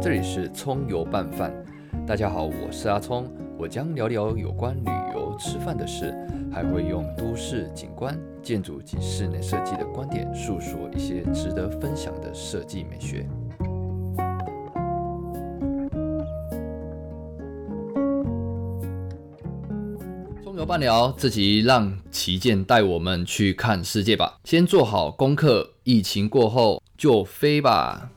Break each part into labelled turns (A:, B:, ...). A: 这里是葱油拌饭。大家好，我是阿葱，我将聊聊有关旅游、吃饭的事，还会用都市景观、建筑及室内设计的观点，诉说一些值得分享的设计美学。葱油拌聊，这集让旗舰带我们去看世界吧。先做好功课，疫情过后就飞吧。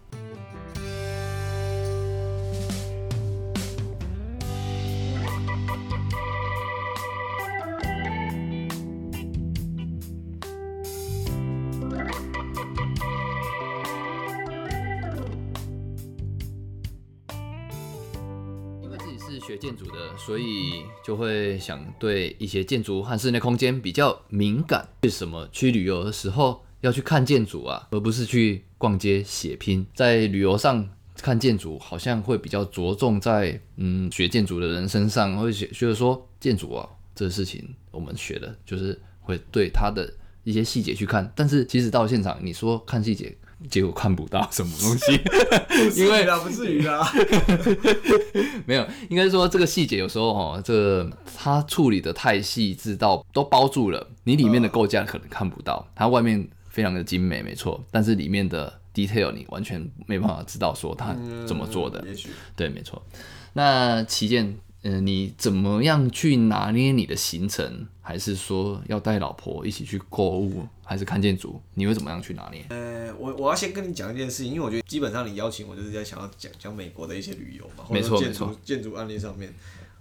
A: 因为自己是学建筑的，所以就会想对一些建筑和室内空间比较敏感。为什么去旅游的时候要去看建筑啊，而不是去逛街血拼？在旅游上看建筑，好像会比较着重在嗯学建筑的人身上，会觉觉得说建筑啊这事情我们学的就是会对它的一些细节去看，但是其实到现场你说看细节，结果看不到什么东西。因为
B: 啊，不至于啦。
A: 没有，应该说这个细节有时候哦，这个它处理的太细致到都包住了，你里面的构架可能看不到，它外面非常的精美，没错，但是里面的 detail 你完全没办法知道说它怎么做的，
B: 嗯也许
A: 对，没错。那旗舰，嗯、你怎么样去拿捏你的行程？还是说要带老婆一起去购物，还是看建筑？你会怎么样去拿捏？
B: 呃，我我要先跟你讲一件事情，因为我觉得基本上你邀请我就是在想要讲讲美国的一些旅游嘛，或
A: 没
B: 者
A: 错
B: 说建筑建筑案例上面。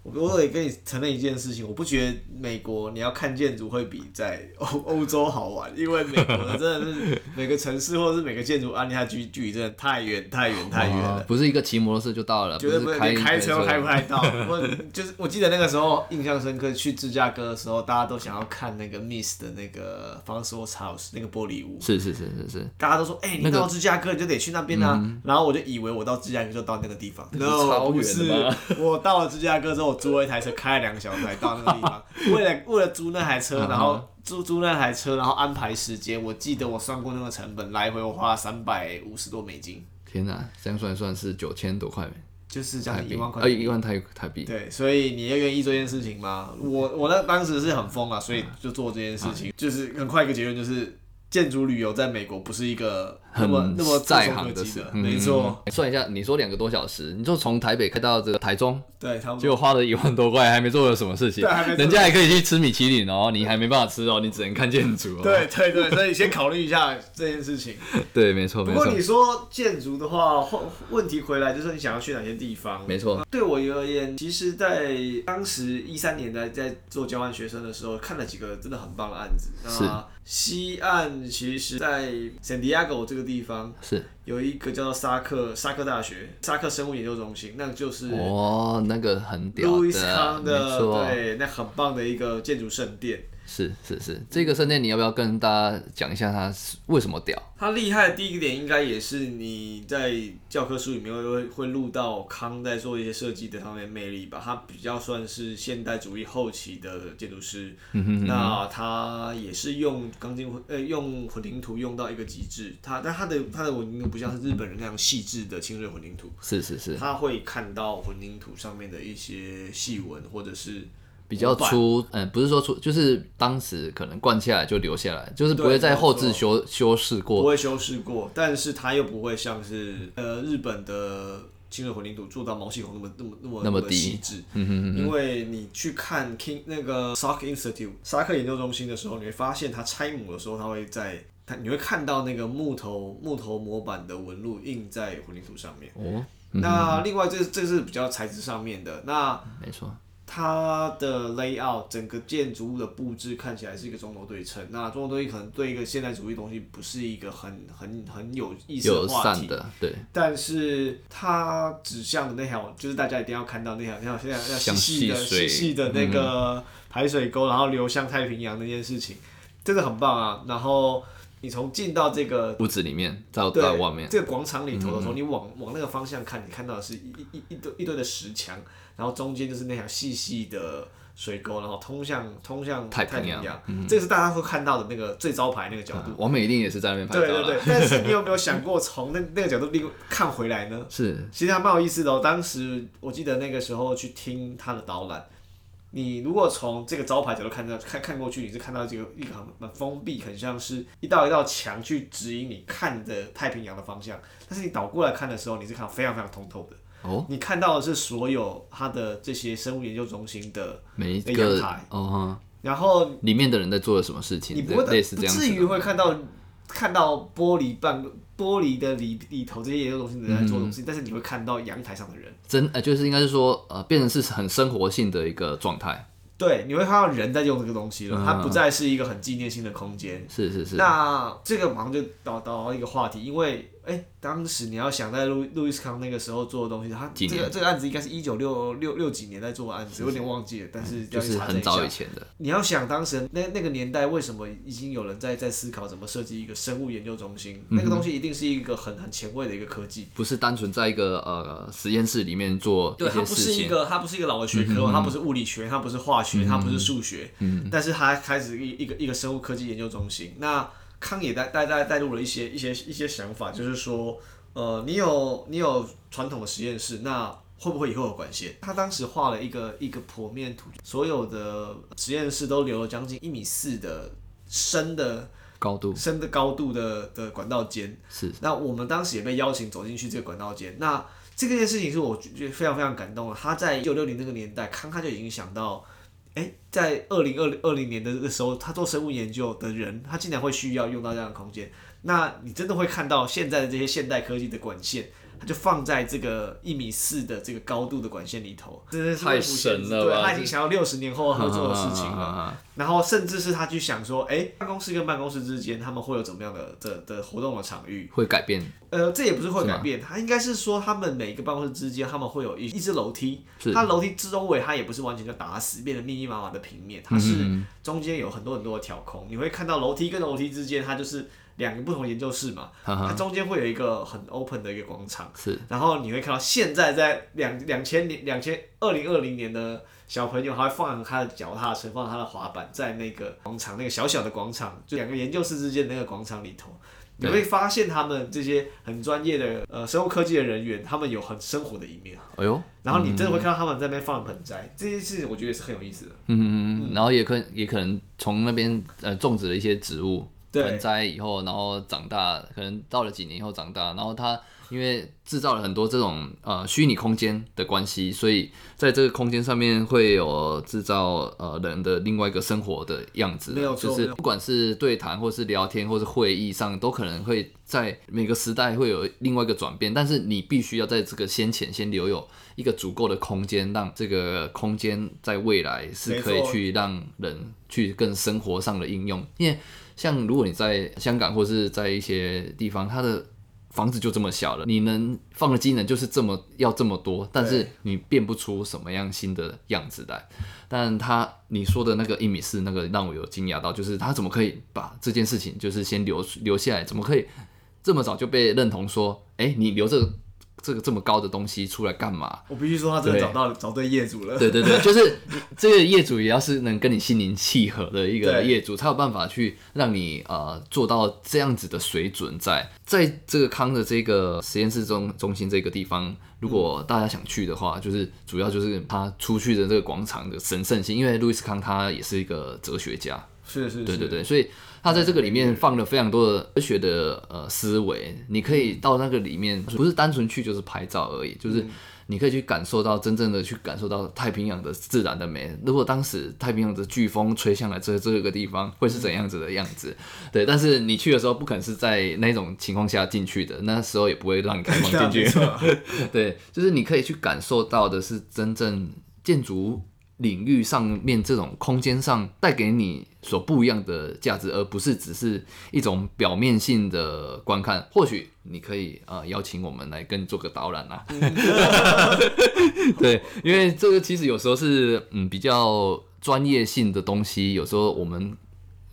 B: 我我得跟你承认一件事情，我不觉得美国你要看建筑会比在 欧欧洲好玩，因为美国的真的是每个城市或者是每个建筑案例，它距距离真的太远太远太远
A: 哇
B: 了。
A: 哦不是一个骑摩托车就到了，
B: 绝对不
A: 是
B: 能
A: 开
B: 连开车都开不
A: 开
B: 开到，我就是我记得那个时候印象深刻，去芝加哥的时候，大家都想要看那个 Miss 的那个 f a n s o s House 那个玻璃屋，
A: 是是是是是，
B: 大家都说，哎、
A: 那
B: 你
A: 个嗯
B: 到芝加哥你就得去那边啊。然后我就以为我到芝加哥就到那个地方，
A: 那
B: 然
A: 个
B: 后
A: 超
B: 不
A: 远
B: 是
A: 的吧，
B: 我到了芝加哥之后，我租了一台车，开了两个小时才到那个地 方。为了为了租那台车，然
A: 嗯
B: 后租租那台车，然后安排时间，我记得我算过那个成本，来回我花了三百五十多美金，
A: 天哪、这样算一算是九千多块
B: 就是这
A: 台
B: 样一
A: 币，
B: 万块
A: 呃，一万台台币。
B: 对，所以你也愿意做这件事情吗？我我那当时是很疯啊了，所以就做这件事
A: 哎
B: 情，就是很快一个结论就是。建筑旅游在美国不是一个那么
A: 很
B: 那么
A: 在
B: 触手
A: 行
B: 可
A: 的
B: 及
A: 事
B: 的，，
A: 嗯
B: 没错，。
A: 算一下，你说两个多小时，你就从台北开到这个台中，
B: 对，差不
A: 结
B: 多。
A: 果花了一万多块，还没做了什么事情
B: 对还没，做
A: 人家还可以去吃米其林哦，你还没办法吃哦，你只能看建筑哦。
B: 对对对，所以先考虑一下这件事情。
A: 对，没错
B: 不
A: 没
B: 过
A: 错
B: 你说建筑的话，后问题回来就是你想要去哪些地方？
A: 没错，
B: 对我而言，其实，在当时一三年在在做交换学生的时候，看了几个真的很棒的案子。那西岸其实，在 San Diego 这个地方
A: 是
B: 有一个叫做沙克沙克大学沙克生物研究中心，那就是
A: 哦，那个很屌
B: 路易斯
A: 的，
B: 康
A: 没
B: 的，
A: 错，
B: 对，那很棒的一个建筑圣殿。
A: 是是是，这个圣殿你要不要跟大家讲一下它是为什么屌？
B: 它厉害的第一个点，应该也是你在教科书里面会会录到康在做一些设计的方面的魅力吧。他比较算是现代主义后期的建筑师，那他也是用钢筋混呃用混凝土用到一个极致。他但他的他的混凝土不像是日本人那样细致的侵略混凝土，
A: 是是是，
B: 他会看到混凝土上面的一些细纹或者是
A: 比较粗，嗯，不是说粗，就是当时可能灌下来就留下来，就是不会
B: 对
A: 在
B: 没
A: 后置
B: 错
A: 修修饰过。
B: 不会修饰过，但是它又不会像是呃日本的清水混凝土做到毛细孔那么那么那么嗯
A: 那么低
B: 细致。因为你去看 King 那个 Sock Institute 沙克研究中心的时候，你会发现它拆模的时候，它会在它你会看到那个木头木头模板的纹路印在混凝土上面。
A: 哦，
B: 那另外这这是比较材质上面的，那
A: 没错，
B: 它的 layout 整个建筑物的布置看起来是一个中轴对称，那中轴对称可能对一个现代主义东西不是一个很很很有意思
A: 友
B: 的话
A: 善
B: 题，
A: 的，对，
B: 但是它指向的那条就是大家一定要看到那条那条现在要细
A: 像
B: 细的
A: 细水嗯
B: 细细的那个排水沟，然后流向太平洋那件事情，真的很棒啊！然后你从进到这个
A: 屋子里面到
B: 对，
A: 到呃外面，嗯
B: 这个广场里头的时候，你往往那个方向看，你看到的是一一一一堆一堆的石墙，然后中间就是那条细细的水沟，然后通向通向
A: 太
B: 太
A: 平
B: 平
A: 洋嗯
B: 洋，这是大家会看到的那个最招牌那个角度。
A: 王美啊一定也是在那边拍
B: 对
A: 照
B: 对
A: 了
B: 对，，但是你有没有想过从那那个角度另看回来呢？
A: 是
B: 其实还蛮有意思的哦。当时我记得那个时候去听他的导览，你如果从这个招牌角度看到看看过去，你是看到这个一个很很封闭，很像是一道一道墙去指引你看的太平洋的方向。但是你倒过来看的时候，你是看到非常非常通透的。
A: 哦，
B: 你看到的是所有它的这些生物研究中心的，
A: 每一
B: 那
A: 个
B: 阳台
A: 哦
B: 然后
A: 哈，里面的人在做了什么事情，
B: 你不会
A: 类似这
B: 不
A: 样
B: 至
A: 子
B: 于
A: 的。
B: 会看到看到玻璃办玻璃的里里头这些研究中心的人在做
A: 嗯
B: 东西，但是你会看到阳台上的人，
A: 真呃，就是应该是说呃，变成是很生活性的一个状态，
B: 对，你会看到人在用这个东西了，
A: 嗯
B: 它不再是一个很纪念性的空间。
A: 是是是，
B: 那这个马上就导导到一个话题，因为哎、当时你要想在路路易斯康那个时候做的东西，他
A: 几
B: 这
A: 年
B: 个这个案子应该是一九六六六几年在做的案子，有点忘记了，但是
A: 嗯就
B: 要去
A: 是
B: 查证
A: 很
B: 一下
A: 早以。前的，
B: 你要想当时那那个年代，为什么已经有人在在思考怎么设计一个生物研究中心？
A: 嗯
B: 那个东西一定是一个很很前卫的一个科技。
A: 不是单纯在一个呃实验室里面做
B: 对，它
A: 些
B: 不
A: 事
B: 是一
A: 情，
B: 个，它不是一个老的学科，哦它不是物理学，它不是化学，它不
A: 嗯
B: 是数学，但是它开始一一个一个生物科技研究中心。那康也带带带带入了一些一些一些想法，就是说，呃，你有你有传统的实验室，那会不会以后有管线？他当时画了一个一个剖面图，所有的实验室都留了将近一米四的深的
A: 高度
B: 深的高度的的管道间。
A: 是
B: 那我们当时也被邀请走进去这个管道间。那这件事情是我觉得非常非常感动的。他在一九六零那个年代，康他就已经想到，哎、在二零二零二零年的这个时候，他做生物研究的人，他竟然会需要用到这样的空间。那你真的会看到现在的这些现代科技的管线，它就放在这个一米四的这个高度的管线里头，真的是
A: 太
B: 未卜先
A: 神
B: 知
A: 了
B: 对
A: 吧啊
B: 他已
A: 这
B: 经想到六十年后要做的事情啊了。
A: 了。
B: 然后甚至是他去想说，哎，办公室跟办公室之间他们会有怎么样的的的活动的场域？
A: 会改变，
B: 呃，这也不是会
A: 是吗
B: 改变，他应该是说他们每一个办公室之间他们会有一一只楼梯
A: 是，
B: 它楼梯周围它也不是完全就打死，变得密密麻麻的平面，它
A: 嗯
B: 是中间有很多很多的挑空，你会看到楼梯跟楼梯之间它就是两个不同研究室嘛，
A: 哈哈
B: 它中间会有一个很 open 的一个广场。
A: 是
B: 然后你会看到现在在两两千年、两千二零二零年的小朋友，还会放他的脚踏车，放他的滑板，在那个广场，那个小小的广场，就两个研究室之间的那个广场里头，你会发现他们这些很专业的呃生物科技的人员，他们有很生活的一面。
A: 哎呦，
B: 然后你真的会看到他们在那边放盆栽，这件事情我觉得是很有意思的。
A: 嗯，然后也可也可能从那边呃种植了一些植物，
B: 对
A: 盆栽以后，然后长大，可能到了几年以后长大，然后它因为制造了很多这种呃虚拟空间的关系，所以在这个空间上面会有制造呃人的另外一个生活的样子，
B: 没有错
A: 就是
B: 没有
A: 不管是对谈或是聊天或是会议上，都可能会在每个时代会有另外一个转变，但是你必须要在这个先前先留有一个足够的空间，让这个空间在未来是可以
B: 没错
A: 去让人去更生活上的应用，因为像如果你在香港或是在一些地方，它的房子就这么小了，你能放的机能就是这么要这么多，但是你变不出什么样新的样子来。但他你说的那个一米四那个让我有惊讶到，就是他怎么可以把这件事情就是先留留下来，怎么可以这么早就被认同说，哎、你留这个这个这么高的东西出来干嘛？
B: 我必须说，他真的
A: 对
B: 找到找对业主了。
A: 对对 对，就是这个业主也要是能跟你心灵契合的一个
B: 对
A: 业主，才有办法去让你呃做到这样子的水准在。在这个康的这个实验室中中心这个地方，如果
B: 嗯
A: 大家想去的话，就是主要就是他出去的这个广场的神圣性，因为路易斯康他也是一个哲学家，
B: 是是是，嗯
A: 对对对，所以他在这个里面放了非常多的哲学的呃思维，你可以到那个里面，不是单纯去就是拍照而已，
B: 嗯
A: 就是你可以去感受到真正的去感受到太平洋的自然的美。如果当时太平洋的飓风吹向来这这个地方，会是怎样子的样子？
B: 嗯
A: 对，但是你去的时候不可能是在那种情况下进去的，那时候也不会让你 开
B: 对啊
A: 放进
B: 没
A: 去。
B: 错
A: 对，就是你可以去感受到的是真正建筑领域上面这种空间上带给你所不一样的价值，而不是只是一种表面性的观看。或许你可以呃邀请我们来跟你做个导览啊啦、 对，因为这个其实有时候是嗯比较专业性的东西，有时候我们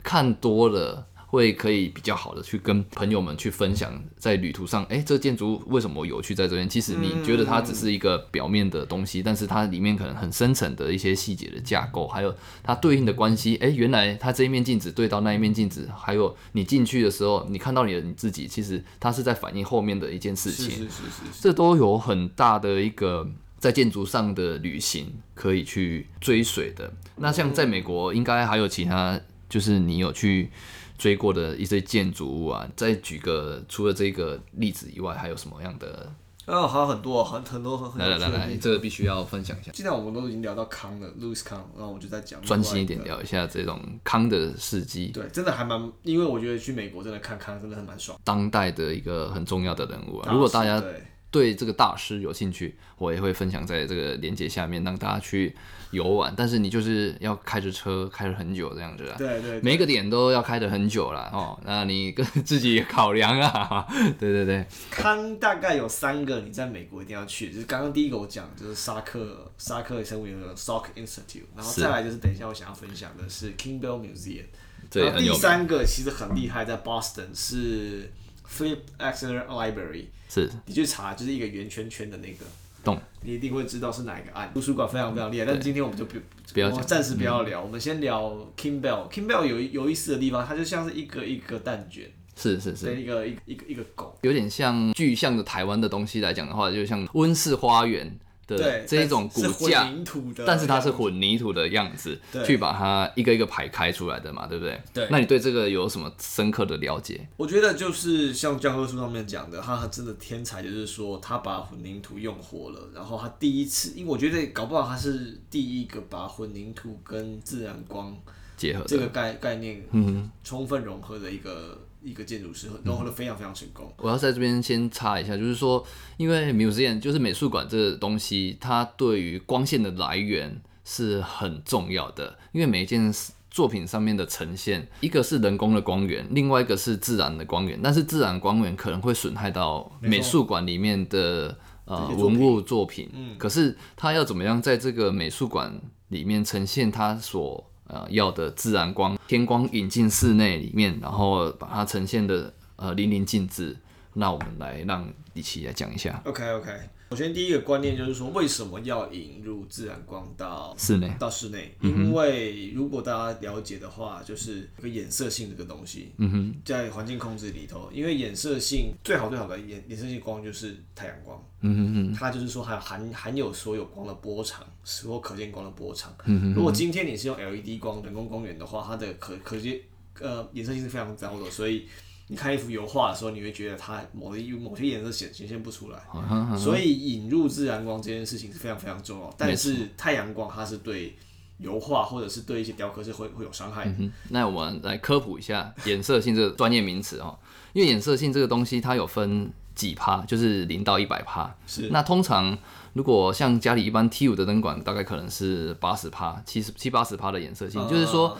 A: 看多了。会可以比较好的去跟朋友们去分享，在旅途上，哎、这建筑物为什么有趣在这边？其实你觉得它只是一个表面的东西，但是它里面可能很深层的一些细节的架构，还有它对应的关系。哎、原来它这一面镜子对到那一面镜子，还有你进去的时候，你看到你的你自己，其实它是在反映后面的一件事
B: 是
A: 情。
B: 是是是是，
A: 这都有很大的一个在建筑上的旅行可以去追随的。那像在美国，应该还有其他，就是你有去追过的一些建筑物啊。再举个，除了这个例子以外，还有什么样的？
B: 啊，还有很多很很多很很
A: 来
B: 有
A: 来
B: 趣
A: 来
B: 的
A: 来，
B: 地方。
A: 这个必须要分享一下，
B: 既然我们都已经聊到康了，Louis 康，然后我就再讲另
A: 专
B: 外
A: 心一点
B: 个。
A: 聊一下这种康的事迹，
B: 对，真的还蛮，因为我觉得去美国真的看康真的很蛮爽。
A: 当代的一个很重要的人物啊。如果大家
B: 对
A: 对这个大师有兴趣，我也会分享在这个链接下面，让大家去游玩。但是你就是要开着车开了很久这样子啊，
B: 对对，
A: 每一个点都要开得很久啦。哦。那你跟 自己考量啊， 对对对，
B: 康大概有三个你在美国一定要去，就是刚刚第一个我讲就是沙克沙克生物研究所 Salk Institute，然后
A: 是
B: 再来就是等一下我想要分享的是 King Bell Museum，
A: 这也
B: 然
A: 很
B: 后啊第
A: 有名，
B: 三个其实很厉害，在 Boston 是 Philip Exner Library，
A: 是
B: 你去查就是一个圆圈圈的那个，
A: 懂，
B: 你一定会知道是哪一个案。图书馆非常非常厉害，但是今天我们就不
A: 不要
B: 我们暂时不要聊，我们先聊 King Bell。King Bell 有有意思的地方，它就像是一个一个蛋卷，
A: 是是是，
B: 跟一个一个一个一个狗。
A: 有点像具象的台湾的东西来讲的话，就像温室花园的
B: 对，
A: 这一种骨
B: 但是是
A: 架
B: 混，凝土的，
A: 但是它是混凝土的样子，
B: 对
A: 去把它一个一个排开出来的嘛，对不对？
B: 对
A: 那你对这个有什么深刻的了解？
B: 我觉得就是像教科书上面讲的，他真的天才，就是说他把混凝土用活了，然后他第一次，因为我觉得搞不好他是第一个把混凝土跟自然光
A: 结合的
B: 这个概概念，嗯，充分融合的一个一个建筑
A: 嗯
B: 师，融合的非常非常成功。
A: 我要在这边先插一下，就是说，因为 museum 就是美术馆这个东西，它对于光线的来源是很重要的，因为每一件作品上面的呈现，一个是人工的光源，另外一个是自然的光源，但是自然光源可能会损害到美术馆里面的呃
B: 这些作
A: 文
B: 品嗯
A: 物作品，可是它要怎么样在这个美术馆里面呈现它所呃要的自然光天光引进室内里面，然后把它呈现的呃淋漓尽致。那我们来让李琦来讲一下
B: OK OK，首先第一个观念就是说，为什么要引入自然光到
A: 室内
B: 到室内，因为如果大家了解的话，就是一个衍射性这个东西，嗯哼，在环境控制里头，因为衍射性最好最好的衍衍射性光就是太阳光，嗯哼它就是说含含含有所有光的波长，所有可见光的波长，嗯哼如果今天你是用 LED 光人工光源的话，它的可可见呃衍射性是非常糟的，所以。你看一幅油画的时候，你会觉得它某一某些颜色显显现不出来，
A: 嗯
B: 所以引入自然光这件事情是非常非常重要。但是太阳光它是对油画或者是对一些雕刻是会会有伤害的。
A: 嗯，那我们来科普一下衍射性这个专业名词哦，因为衍射性这个东西它有分几趴，就是零到一百趴。
B: 是
A: 那通常如果像家里一般 T 五的灯管，大概可能是八十趴、七十七八十趴的衍射性，
B: 嗯
A: 就是说。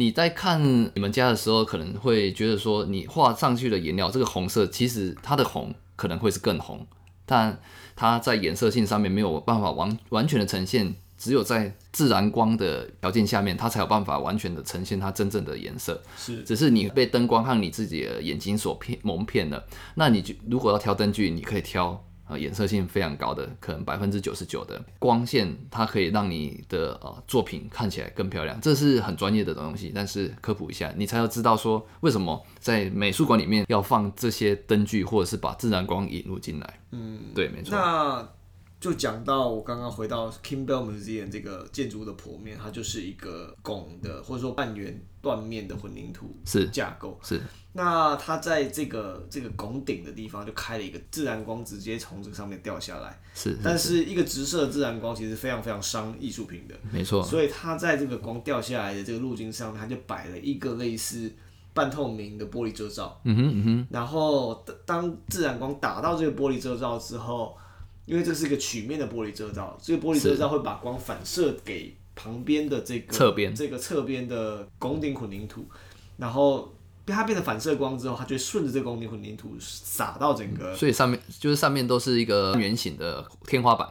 A: 你在看你们家的时候，可能会觉得说，你画上去的颜料，这个红色其实它的红可能会是更红，但它在颜色性上面没有办法完完全的呈现，只有在自然光的条件下面，它才有办法完全的呈现它真正的颜色。
B: 嗯是
A: 只是你被灯光和你自己的眼睛所骗蒙骗了。那你就如果要挑灯具，你可以挑呃衍射性非常高的，可能百分之九十九的光线，它可以让你的呃作品看起来更漂亮。这是很专业的东西，但是科普一下，你才要知道说为什么在美术馆里面要放这些灯具，或者是把自然光引入进来。嗯，对，没错。
B: 那就讲到我刚刚回到 King Bell Museum 这个建筑物的剖面，它就是一个拱的或者说半圆断面的混凝土
A: 是
B: 架构。
A: 是
B: 那它在这个这个拱顶的地方就开了一个自然光，直接从这个上面掉下来。
A: 是，
B: 但是一个直射的自然光其实非常非常伤艺术品的。
A: 没错。
B: 所以它在这个光掉下来的这个路径上面，它就摆了一个类似半透明的玻璃遮罩。
A: 嗯哼嗯哼，
B: 然后当当自然光打到这个玻璃遮罩之后，因为这是一个曲面的玻璃遮罩，这个玻璃遮罩会把光反射给旁边的这个
A: 侧边
B: 这个侧边的拱顶混凝土，然后它变成反射光之后，它就会顺着这个拱顶混凝土洒到整个
A: 所以上面就是上面都是一个圆形的天花板，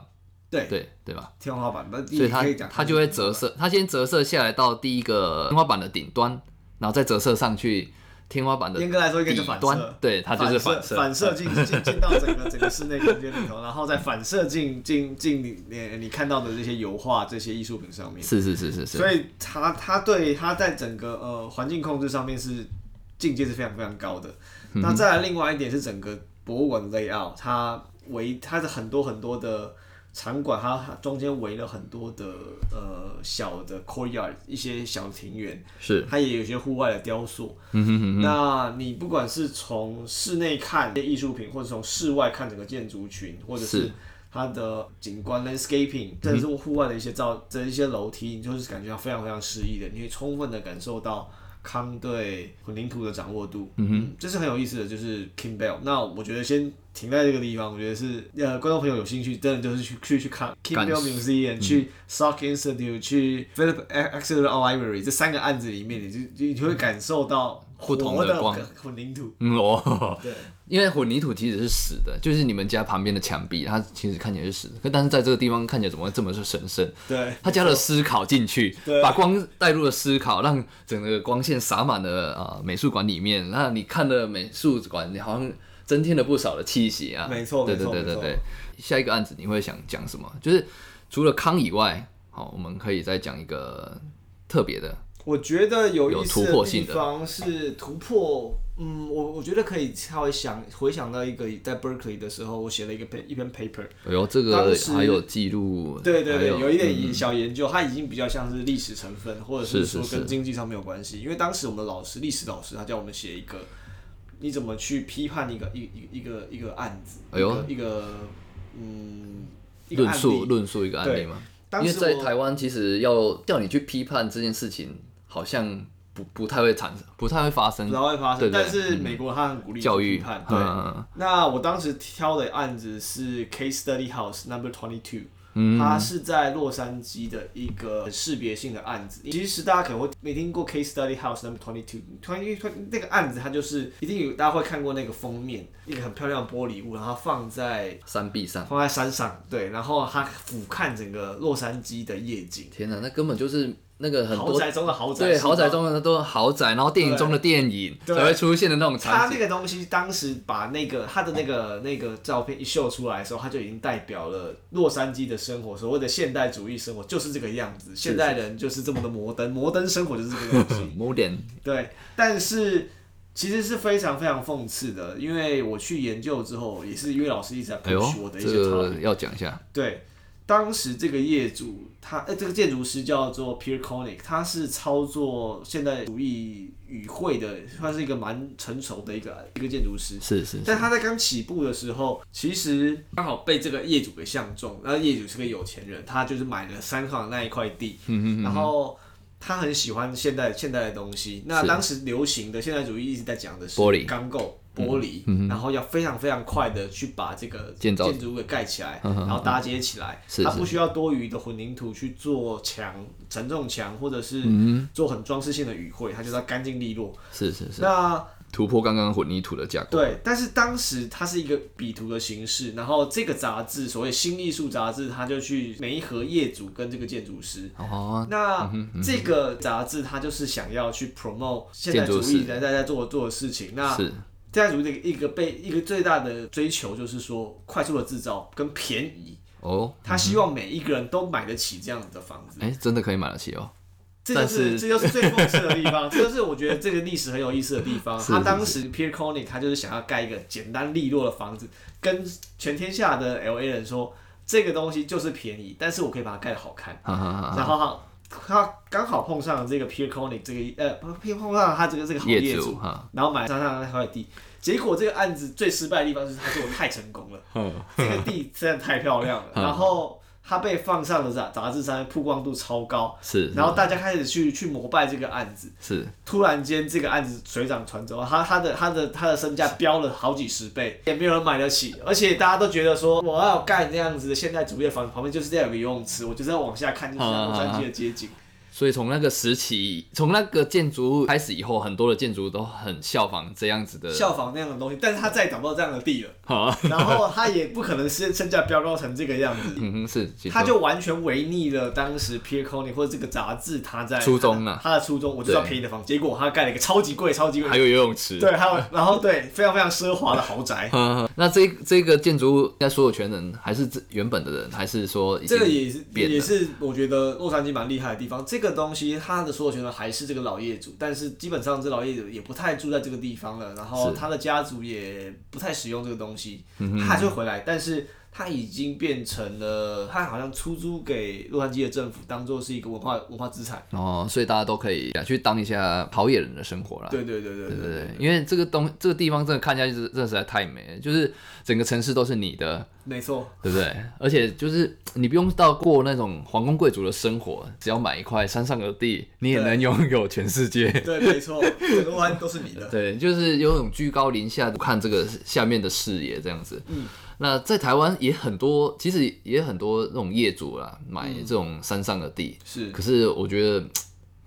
B: 对
A: 对对吧？
B: 天花板，那你
A: 所以它
B: 可以讲
A: 它就会折射，它先折射下来到第一个天花板的顶端，然后再折射上去天花板的
B: 严格来说应该就
A: 底
B: 反
A: 端
B: 射，
A: 对，它就是
B: 反
A: 射。
B: 反射进进进到整个整个室内空间里头，然后再反射进进进你你你看到的这些油画、这些艺术品上面。
A: 是是是是是，
B: 所以它它对它在整个呃环境控制上面是境界是非常非常高的。
A: 嗯
B: 那再来另外一点是整个博物馆的 layout，它围它的很多很多的场馆，它它中间围了很多的呃小的 courtyard，一些小庭院，
A: 是，
B: 它也有一些户外的雕塑。
A: 嗯哼哼，
B: 那你不管是从室内看这些艺术品，或者从室外看整个建筑群，或者是它的景观 landscaping，甚至是户外的一些造这一些楼梯，你就是感觉到非常非常诗意的，你会充分的感受到康对混凝土的掌握度。嗯哼，这是很有意思的，就是 King Bell。那我觉得先停在这个地方，我觉得是呃，观众朋友有兴趣，真的就是去去去看 King
A: 感
B: Bell Museum，、去 Salk Institute，去 Philip Exeter Library 这三个案子里面，你就你就会感受到
A: 不同的
B: 活
A: 光
B: 混凝土。
A: 嗯哦，
B: 对，
A: 因为混凝土其实是死的，就是你们家旁边的墙壁，它其实看起来是死的，可但是在这个地方看起来怎么会这么是神圣？
B: 对，
A: 他加了思考进去
B: 对，
A: 把光带入了思考，让整个光线洒满了啊、呃美术馆里面。那你看了美术馆，你好像增添了不少的气息啊。
B: 没错
A: 对
B: 没
A: 对
B: 错
A: 对对
B: 没错
A: 对。下一个案子你会想讲什么？就是除了康以外，好，我们可以再讲一个特别的。
B: 我觉得有意思
A: 有突破
B: 地
A: 性的
B: 方是突破。嗯，我我觉得可以稍微想回想到一个在 Berkeley 的时候，我写了一个 pa- 一篇 paper，
A: 哎呦，这个
B: 当时
A: 还有记录，
B: 对对
A: 还
B: 对，有一点小研究，它已经比较像是历史成分，或者是
A: 是
B: 说
A: 嗯是
B: 跟
A: 是
B: 经济上面有关系。因为当时我们的老师，历史老师，他叫我们写一个，你怎么去批判一个一一一个一个案子，
A: 哎呦
B: 一个一个嗯，一个
A: 论
B: 案
A: 述
B: 例。
A: 论述一个案例嘛。因
B: 当
A: 为
B: 时
A: 在
B: 我
A: 台湾，其实要叫你去批判这件事情，好像不不太会产生，不太会发生
B: 不知。道会发生，
A: 对对
B: 但是美国他很鼓励
A: 教育
B: 批判，对。
A: 嗯，
B: 那我当时挑的案子是 Case Study House Number Twenty Two，它
A: 嗯
B: 是在洛杉矶的一个识别性的案子。其实大家可能会没听过 Case Study House Number Twenty Two，Twenty 那个案子它就是一定有大家会看过那个封面，一个很漂亮的玻璃屋，然后放在
A: 山壁上。
B: 放在山上，对，然后它俯瞰整个洛杉矶的夜景，
A: 天哪，那根本就是那个很
B: 豪
A: 多
B: 宅中的豪宅，
A: 对
B: 是吧
A: 豪宅中的都是豪宅，然后电影中的电影
B: 对
A: 才会出现的那种
B: 他
A: 场
B: 那
A: 景。
B: 个东西当时把那个他的那个那个照片一秀出来的时候，他就已经代表了洛杉矶的生活，所谓的现代主义生活就是这个样子，现代人就是这么的摩登，摩登生活就是这 个样子。
A: 嗯 modern
B: 对，但是其实是非常非常讽刺的，因为我去研究之后，也是因为老师一直在
A: 哎呦
B: push 我的，一
A: 这
B: 些 t o
A: 个要讲一下。
B: 对，当时这个业主他呃这个建筑师叫做 Pierre Koenig，他是操作现代主义语汇的，算是一个蛮成熟的一个一个建筑师。
A: 是是，
B: 但他在刚起步的时候，其实刚好被这个业主给相中。然后业主是个有钱人，他就是买了三行那一块地，
A: 嗯
B: 然后他很喜欢现代现代的东西。那
A: 是
B: 当时流行的现代主义一直在讲的是
A: 玻璃嗯
B: 钢构、玻璃，然后要非常非常快的去把这个
A: 建造嗯
B: 建筑物给盖起来，然后搭接起来。
A: 是
B: 它
A: 是
B: 不需要多余的混凝土去做墙、承重墙，或者是做很装饰性的语汇，它就是要干净利落。
A: 是是是，
B: 那
A: 突破刚刚混凝土的架构。
B: 对，但是当时它是一个比图的形式，然后这个杂志，所谓新艺术杂志，它就去每一盒业主跟这个建筑师。
A: 哦，
B: 那这个杂志，它就是想要去 promote 现代
A: 建筑
B: 主
A: 师
B: 义在在在做做的事情。那
A: 是
B: 现代主义的一个被一个最大的追求就是说，快速的制造跟便宜。
A: 哦，
B: 他希望每一个人都买得起这样子的房子，
A: 哎，真的可以买得起哦。
B: 这就是
A: 但是
B: 这就是最讽刺的地方，这就是我觉得这个历史很有意思的地方。
A: 是
B: 他当时 Pierre Koenig 他就是想要盖一个简单利落的房子，跟全天下的 LA 人说，这个东西就是便宜，但是我可以把它盖得好看。
A: 哈哈哈哈。
B: 然后他他刚好碰上了这个 Pierre Koenig 这个呃，不碰碰上了他这个这个好业
A: 业
B: 主，
A: 哈，
B: 然后买了山上那块地。结果这个案子最失败的地方就是他做的太成功了。这个地真的太漂亮
A: 嗯
B: 了，然后它被放上了杂杂志上，曝光度超高，
A: 是
B: 然后大家开始去去膜拜这个案子。
A: 是
B: 突然间，这个案子水涨船高，他他的他的他的身价飙了好几十倍，也没有人买得起，而且大家都觉得说，我要
A: 嗯
B: 盖这样子的现代主义的房子，旁边就是这样有个游泳池，我就是要往下看，就是洛杉矶的街景。
A: 所以从那个时期，从那个建筑物开始以后，很多的建筑都很效仿这样子的。
B: 效仿那样的东西，但是他再也找不到这样的地了，
A: 好啊，
B: 然后他也不可能身身价飙高成这个样子，
A: 嗯哼，是，其实
B: 他就完全违逆了当时 Pierre c o n y 或者这个杂志他在
A: 初衷啊
B: 他的初衷，我就是要
A: 对
B: 便宜的房子，结果他盖了一个超级贵、超级
A: 还
B: 贵，
A: 有游泳池。
B: 对，还有然后对非常非常奢华的豪宅，
A: 嗯，那这这个建筑物应该所有权人还是这原本的人，还是说已
B: 这
A: 经
B: 个也是
A: 变了
B: 也是我觉得洛杉矶蛮厉害的地方。这个东西它的所有权人还是这个老业主，但是基本上这老业主也不太住在这个地方了，然后他的家族也不太使用这个东西，
A: 嗯
B: 他还是会回来，但是他已经变成了，他好像出租给洛杉矶的政府，当做是一个文化文化资产。
A: 哦，所以大家都可以去当一下陶冶人的生活啦。
B: 对对对对
A: 对
B: 对
A: 对对，因为这个东这个地方真的看下去真的实在太美了，就是整个城市都是你的，
B: 没错，
A: 对不对？而且就是你不用到过那种皇宫贵族的生活，只要买一块山上的地，你也
B: 对
A: 能拥有全世界。
B: 对没错，整个湾都是你的。
A: 对，就是有种居高临下看这个下面的视野这样子。嗯，那在台湾也很多，其实也很多那种业主啦，买这种山上的地。
B: 是
A: 可 是我觉得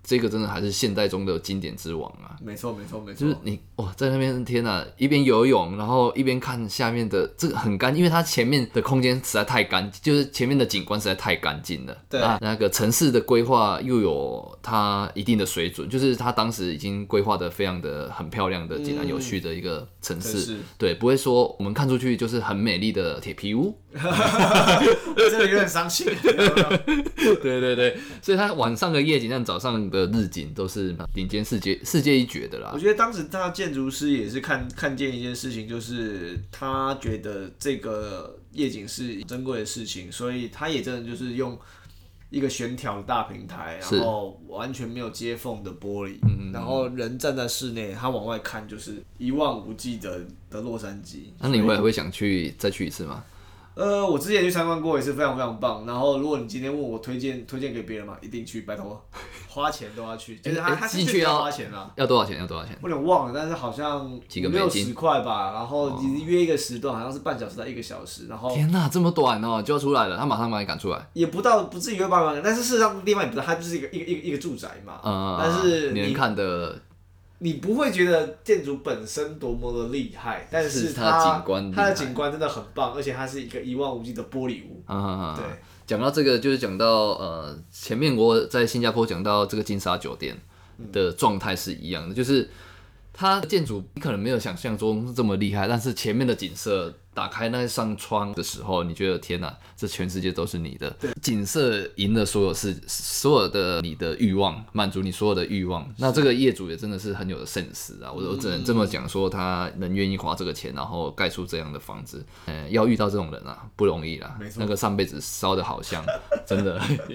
A: 这个真的还是现代中的经典之王啊。
B: 没错没错没
A: 就是
B: 错，
A: 你哇，在那边天哪，一边游泳，然后一边看下面的这个很干，因为它前面的空间实在太干，就是前面的景观实在太干净了。
B: 对
A: 那那个城市的规划又有它一定的水准，就是它当时已经规划的非常的很漂亮的、井然有序的一个城
B: 真
A: 市。
B: 是。
A: 对，不会说我们看出去就是很美丽的铁皮屋，
B: 真的有点伤心。 没有没有没有
A: 对对对，所以它晚上的夜景和早上的日景都是顶尖世界世界一绝的啦
B: 我。觉得当时他建筑师也是看看见一件事情，就是他觉得这个夜景是珍贵的事情，所以他也真的就是用一个悬挑的大平台，
A: 是嗯
B: 然后完全没有接缝的玻璃，然后人站在室内，他往外看就是一望无际的的洛杉矶。
A: 那你未来会想去再去一次吗？
B: 呃，我之前去参观过，也是非常非常棒。然后，如果你今天问我推荐推荐给别人嘛，一定去，拜托，花钱都要去，就是他
A: 哎
B: 他是
A: 进去
B: 确实要
A: 要
B: 花钱啦。
A: 要多少钱？要多少钱？
B: 我有点忘了，但是好像
A: 几个
B: 没有
A: 美金
B: 十块吧，然后你约一个时段，好像是半小时到一个小时，然后
A: 天呐，这么短哦，就要出来了，他马上把你赶出来。
B: 也不到不至于会八万，但是事实上地方也不是，它就是一个一个一个一个住宅嘛。
A: 嗯，
B: 但是
A: 你能
B: 你
A: 看的，
B: 你不会觉得建筑本身多么的厉害，但
A: 是它
B: 它
A: 景观厉害
B: 它的景观真的很棒，而且它是一个一望无际的玻璃屋。
A: 嗯，
B: 对，
A: 讲到这个，就是讲到呃，前面我在新加坡讲到这个金沙酒店的状态是一样的，就是它的建筑你可能没有想象中这么厉害，但是前面的景色，打开那扇窗的时候，你觉得天呐，这全世界都是你的，景色赢了所有事，所有的你的欲望，满足你所有的欲望。那这个业主也真的是很有 sense 啊，我我只能这么讲，说他能愿意花这个钱，然后盖出这样的房子，嗯、要遇到这种人啊，不容易啦
B: 没。错
A: 那个上辈子烧的好香，真的，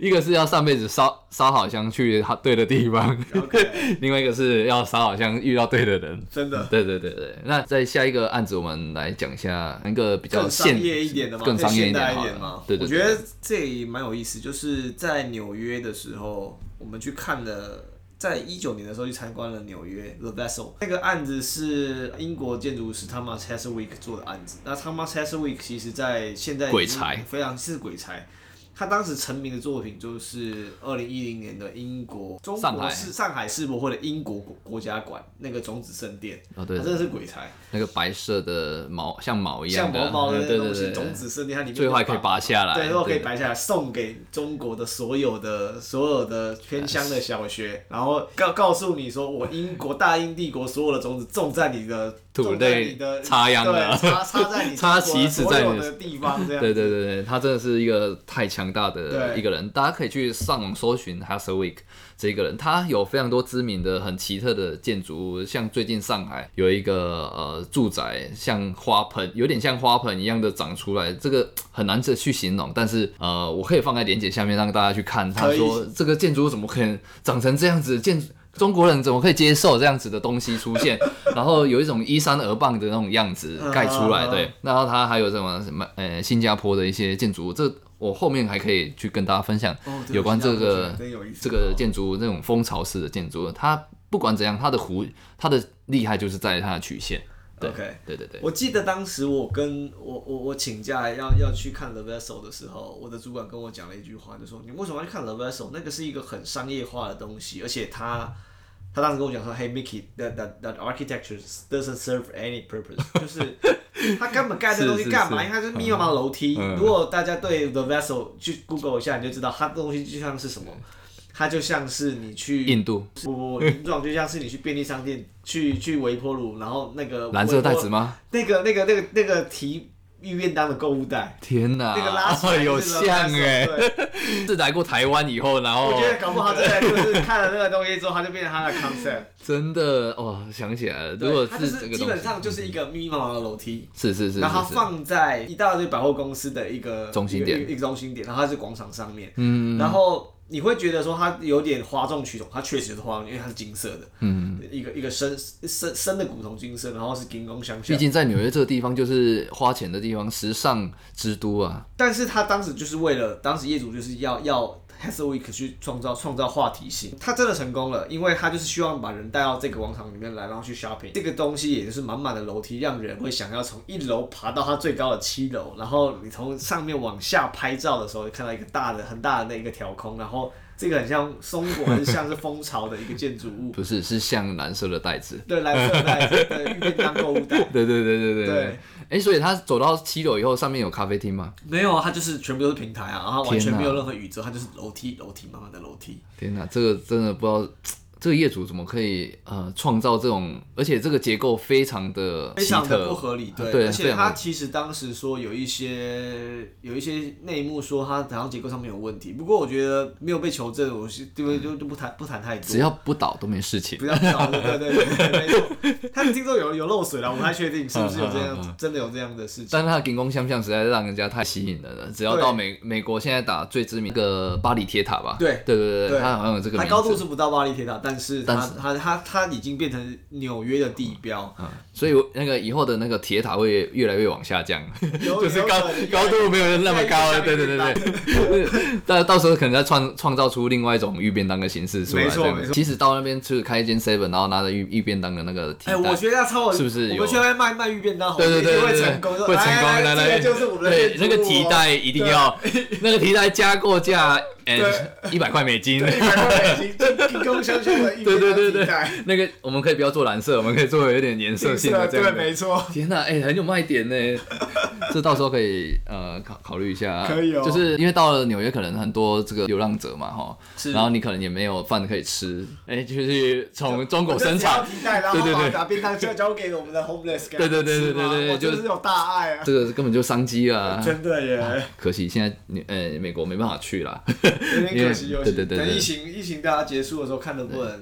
A: 一个是要上辈子烧烧好香去对的地方，
B: OK，
A: 另外一个是要烧好香遇到对的人。
B: 真的
A: 对对对对，那在下一个案子，我们来讲一下一个比较
B: 更商
A: 现
B: 业一点的嘛，
A: 更商业
B: 现代一
A: 好
B: 点
A: 了
B: 嘛。。
A: 对对，
B: 我觉得这也蛮有意思，就是在纽约的时候，我们去看了。在一九年的时候去参观了纽约 The Vessel 那个案子是英国建筑师 Thomas Heatherwick 做的案子。那 Thomas Heatherwick 其实在现在已经
A: 鬼才
B: 非常是鬼才，他当时成名的作品就是二零一零年的英国中
A: 上
B: 国
A: 海
B: 世上海世博会的英国国国家馆那个种子圣殿，
A: 哦
B: 他
A: 对，
B: 真的是鬼才。
A: 那个白色的毛像毛一样
B: 像
A: 的，嗯
B: 毛毛的
A: 对
B: 那
A: 对
B: 东西，
A: 对，
B: 种子圣殿，它里面
A: 最后还可以
B: 拔
A: 拔下来，
B: 对，最后可以拔下来送给中国的所有的所有的偏乡的 小学，然后告告诉你说，我英国大英帝国所有的种子种在你的
A: 土
B: 种在
A: 地
B: 你的
A: 插秧
B: 对，
A: 的，
B: 插插在你
A: 插
B: 中国的
A: 旗子
B: 所
A: 在
B: 有
A: 你
B: 的地方这样。
A: 对对对对，他真的是一个太强大的
B: 对
A: 一个人，大家可以去上网搜寻 h a s w i c k 这个人，他有非常多知名的、很奇特的建筑物，像最近上海有一个呃住宅，像花盆，有点像花盆一样的长出来，这个很难这去形容，但是呃，我可以放在连结下面让大家去看，他
B: 可以
A: 说这个建筑物怎么可能长成这样子建。中国人怎么可以接受这样子的东西出现？ 然后有一种依山而傍的那种样子呃盖出来，对，然后它还有什么什么呃新加坡的一些建筑物，这我后面还可以去跟大家分享
B: 哦对
A: 有关这
B: 新加坡
A: 个
B: 建筑真有意思
A: 这个建筑物那种蜂巢式的建筑物，它不管怎样，它的弧它的厉害就是在于它的曲线，对
B: OK
A: 对对对，
B: 我记得当时我跟我我我请假要要去看《The Vessel》的时候，我的主管跟我讲了一句话，就说你为什么要去看《The Vessel》？那个是一个很商业化的东西，而且他他当时跟我讲说，Hey Mickey，that that that architecture doesn't serve any purpose，就是他根本盖这东西
A: 是是
B: 干 嘛？
A: 是
B: 因为它是密密麻麻的楼梯。
A: 嗯
B: 如果大家对《The Vessel》去 Google 一下，你就知道它东西就像是什么，它就像是你去
A: 印度
B: 不不， 不林总就像是你去便利商店去去微波炉，然后那个
A: 蓝色
B: 微波
A: 袋子吗？
B: 那个那个那个那个提玉便当的购物袋，
A: 天哪，
B: 那个拉起来、
A: 啊有像哦哎、
B: 对
A: 是来过台湾以后，然后
B: 我觉得搞不好真的就是看了那个东西之后，它就变成它的 concept。
A: 真的哦，想起来了，
B: 对
A: 如果
B: 它就是
A: 这
B: 是
A: 个
B: 基
A: 东
B: 本
A: 西，
B: 上就是一个密密麻麻的楼梯，
A: 是是是是
B: 然后它
A: 是
B: 放在一大堆百货公司的一个
A: 中心点
B: 一个一个中心点，然后它是广场上面，
A: 嗯
B: 然后你会觉得说它有点哗众取宠，它确实是哗众，因为它是金色的，
A: 嗯，
B: 一个一个深深深的古铜金色，然后是金光相
A: 毕。
B: 向
A: 竟在纽约这个地方就是花钱的地方，时尚之都啊，
B: 但是他当时就是为了，当时业主就是要要 Haswick 去创造创造话题性，他真的成功了，因为他就是希望把人带到这个广场里面来，然后去 shopping。这个东西也就是满满的楼梯，让人会想要从一楼爬到它最高的七楼，然后你从上面往下拍照的时候，看到一个大的很大的那一个条空，然后这个很像松果，很像是蜂巢的一个建筑物，
A: 不是是像蓝色的袋子。
B: 对，蓝色袋子对，玉便当购物 袋。
A: 对对对对对
B: 对，
A: 哎、所以他走到七楼以后，上面有咖啡厅吗？
B: 没有啊，它就是全部都是平台啊，然后完
A: 天
B: 全
A: 哪
B: 没有任何宇宙，它就是楼梯，楼梯，慢慢的楼梯。
A: 天哪，这个真的不知道，这个业主怎么可以呃创造这种，而且这个结构非常的
B: 非
A: 奇
B: 常的
A: 特，
B: 不合理，对，
A: 对
B: 而
A: 非
B: 且
A: 常
B: 他其实当时说有一些有一些内幕说他好像结构上面有问题，不过我觉得没有被求证，我是对就就不谈不谈太多，
A: 只要不倒都没事情。
B: 不要搞，对对对对，没错，他听说有有漏水了，我不太确定是不是有这样，真的有这样的事情，
A: 但是它的金光相向实在是让人家太吸引人了。只要
B: 对
A: 到美美国现在打最知名的巴黎铁塔吧，
B: 对
A: 对对
B: 对
A: 对，它好像有这个
B: 它
A: 名
B: 高度
A: 字，
B: 是不到巴黎铁塔，但是它
A: 但是
B: 它它它已经变成纽约的地标，
A: 所以那个以后的那个铁塔会越来越往下降，
B: 有
A: 就是
B: 有
A: 高
B: 可能
A: 高度没有那么高了。
B: 对
A: 对
B: 对
A: 对
B: 对
A: 对对， 但到时候可能再创创造出另外一种玉便当的形式出来。
B: 没错
A: 这样子
B: 没错
A: 即使到那边去开一间 seven，然后拿着玉玉便当的那个提
B: 哎、
A: 袋，
B: 我觉得要超我
A: 是不是
B: 我
A: 有
B: 们去外面卖卖玉便当，
A: 对对对对
B: 我们一
A: 对
B: 定会成功的，
A: 会成功，
B: 来
A: 来来，
B: 这个就是我们的
A: 对
B: 建筑
A: 那个
B: 物
A: 提
B: 哦
A: 袋一定要，那个提袋加购价，哎，
B: 对
A: 一百块美金。
B: 一百块美金，这提供相信的 一
A: 对对对
B: 对
A: 那个我们可以不要做蓝色，我们可以做有一点颜色性的这
B: 对，
A: 样的。
B: 没错，
A: 天呐、哎、很有卖点呢， 这到时候可以呃考考虑一下。
B: 可以哦
A: 就是因为到了纽约，可能很多这个流浪者嘛，哈，
B: 是
A: 然后你可能也没有饭可以吃，哎、就是从中国生产
B: 我就只要提袋，然
A: 对
B: 后
A: 对对
B: 把便当交交给我们的 homeless，给他
A: 对对
B: 们
A: 对
B: 吃
A: 对对
B: 吗
A: 对
B: 我真的
A: 就是
B: 有大爱啊，
A: 这个根本就商机啊。
B: 真的耶，
A: 可惜现在你呃、美国没办法去啦，
B: 有点可惜，
A: 因为
B: 有点
A: 对对对对
B: 等疫情疫情大家结束的时候，看能不能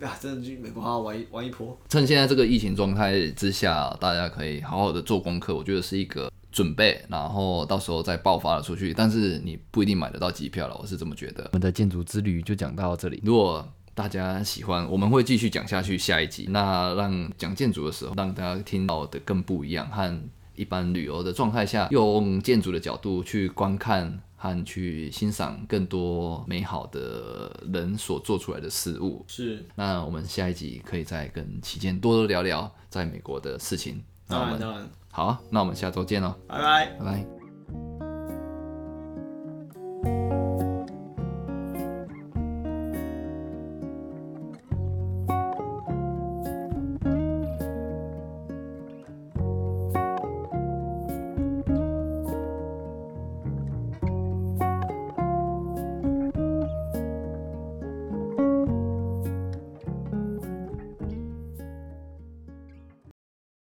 B: 啊，真的去美国好好玩一玩一波。
A: 趁现在这个疫情状态之下，大家可以好好的做功课，我觉得是一个准备，然后到时候再爆发了出去。但是你不一定买得到机票了，我是这么觉得。我们的建筑之旅就讲到这里，如果大家喜欢，我们会继续讲下去下一集。那让讲建筑的时候，让大家听到的更不一样，和一般旅游的状态下，用建筑的角度去观看。和去欣赏更多美好的人所做出来的事物，
B: 是，
A: 那我们下一集可以再跟期间多多聊聊在美国的事情。那我
B: 当然
A: 们
B: 当然，
A: 好啊，那我们下周见喽，
B: 拜拜。
A: 拜拜。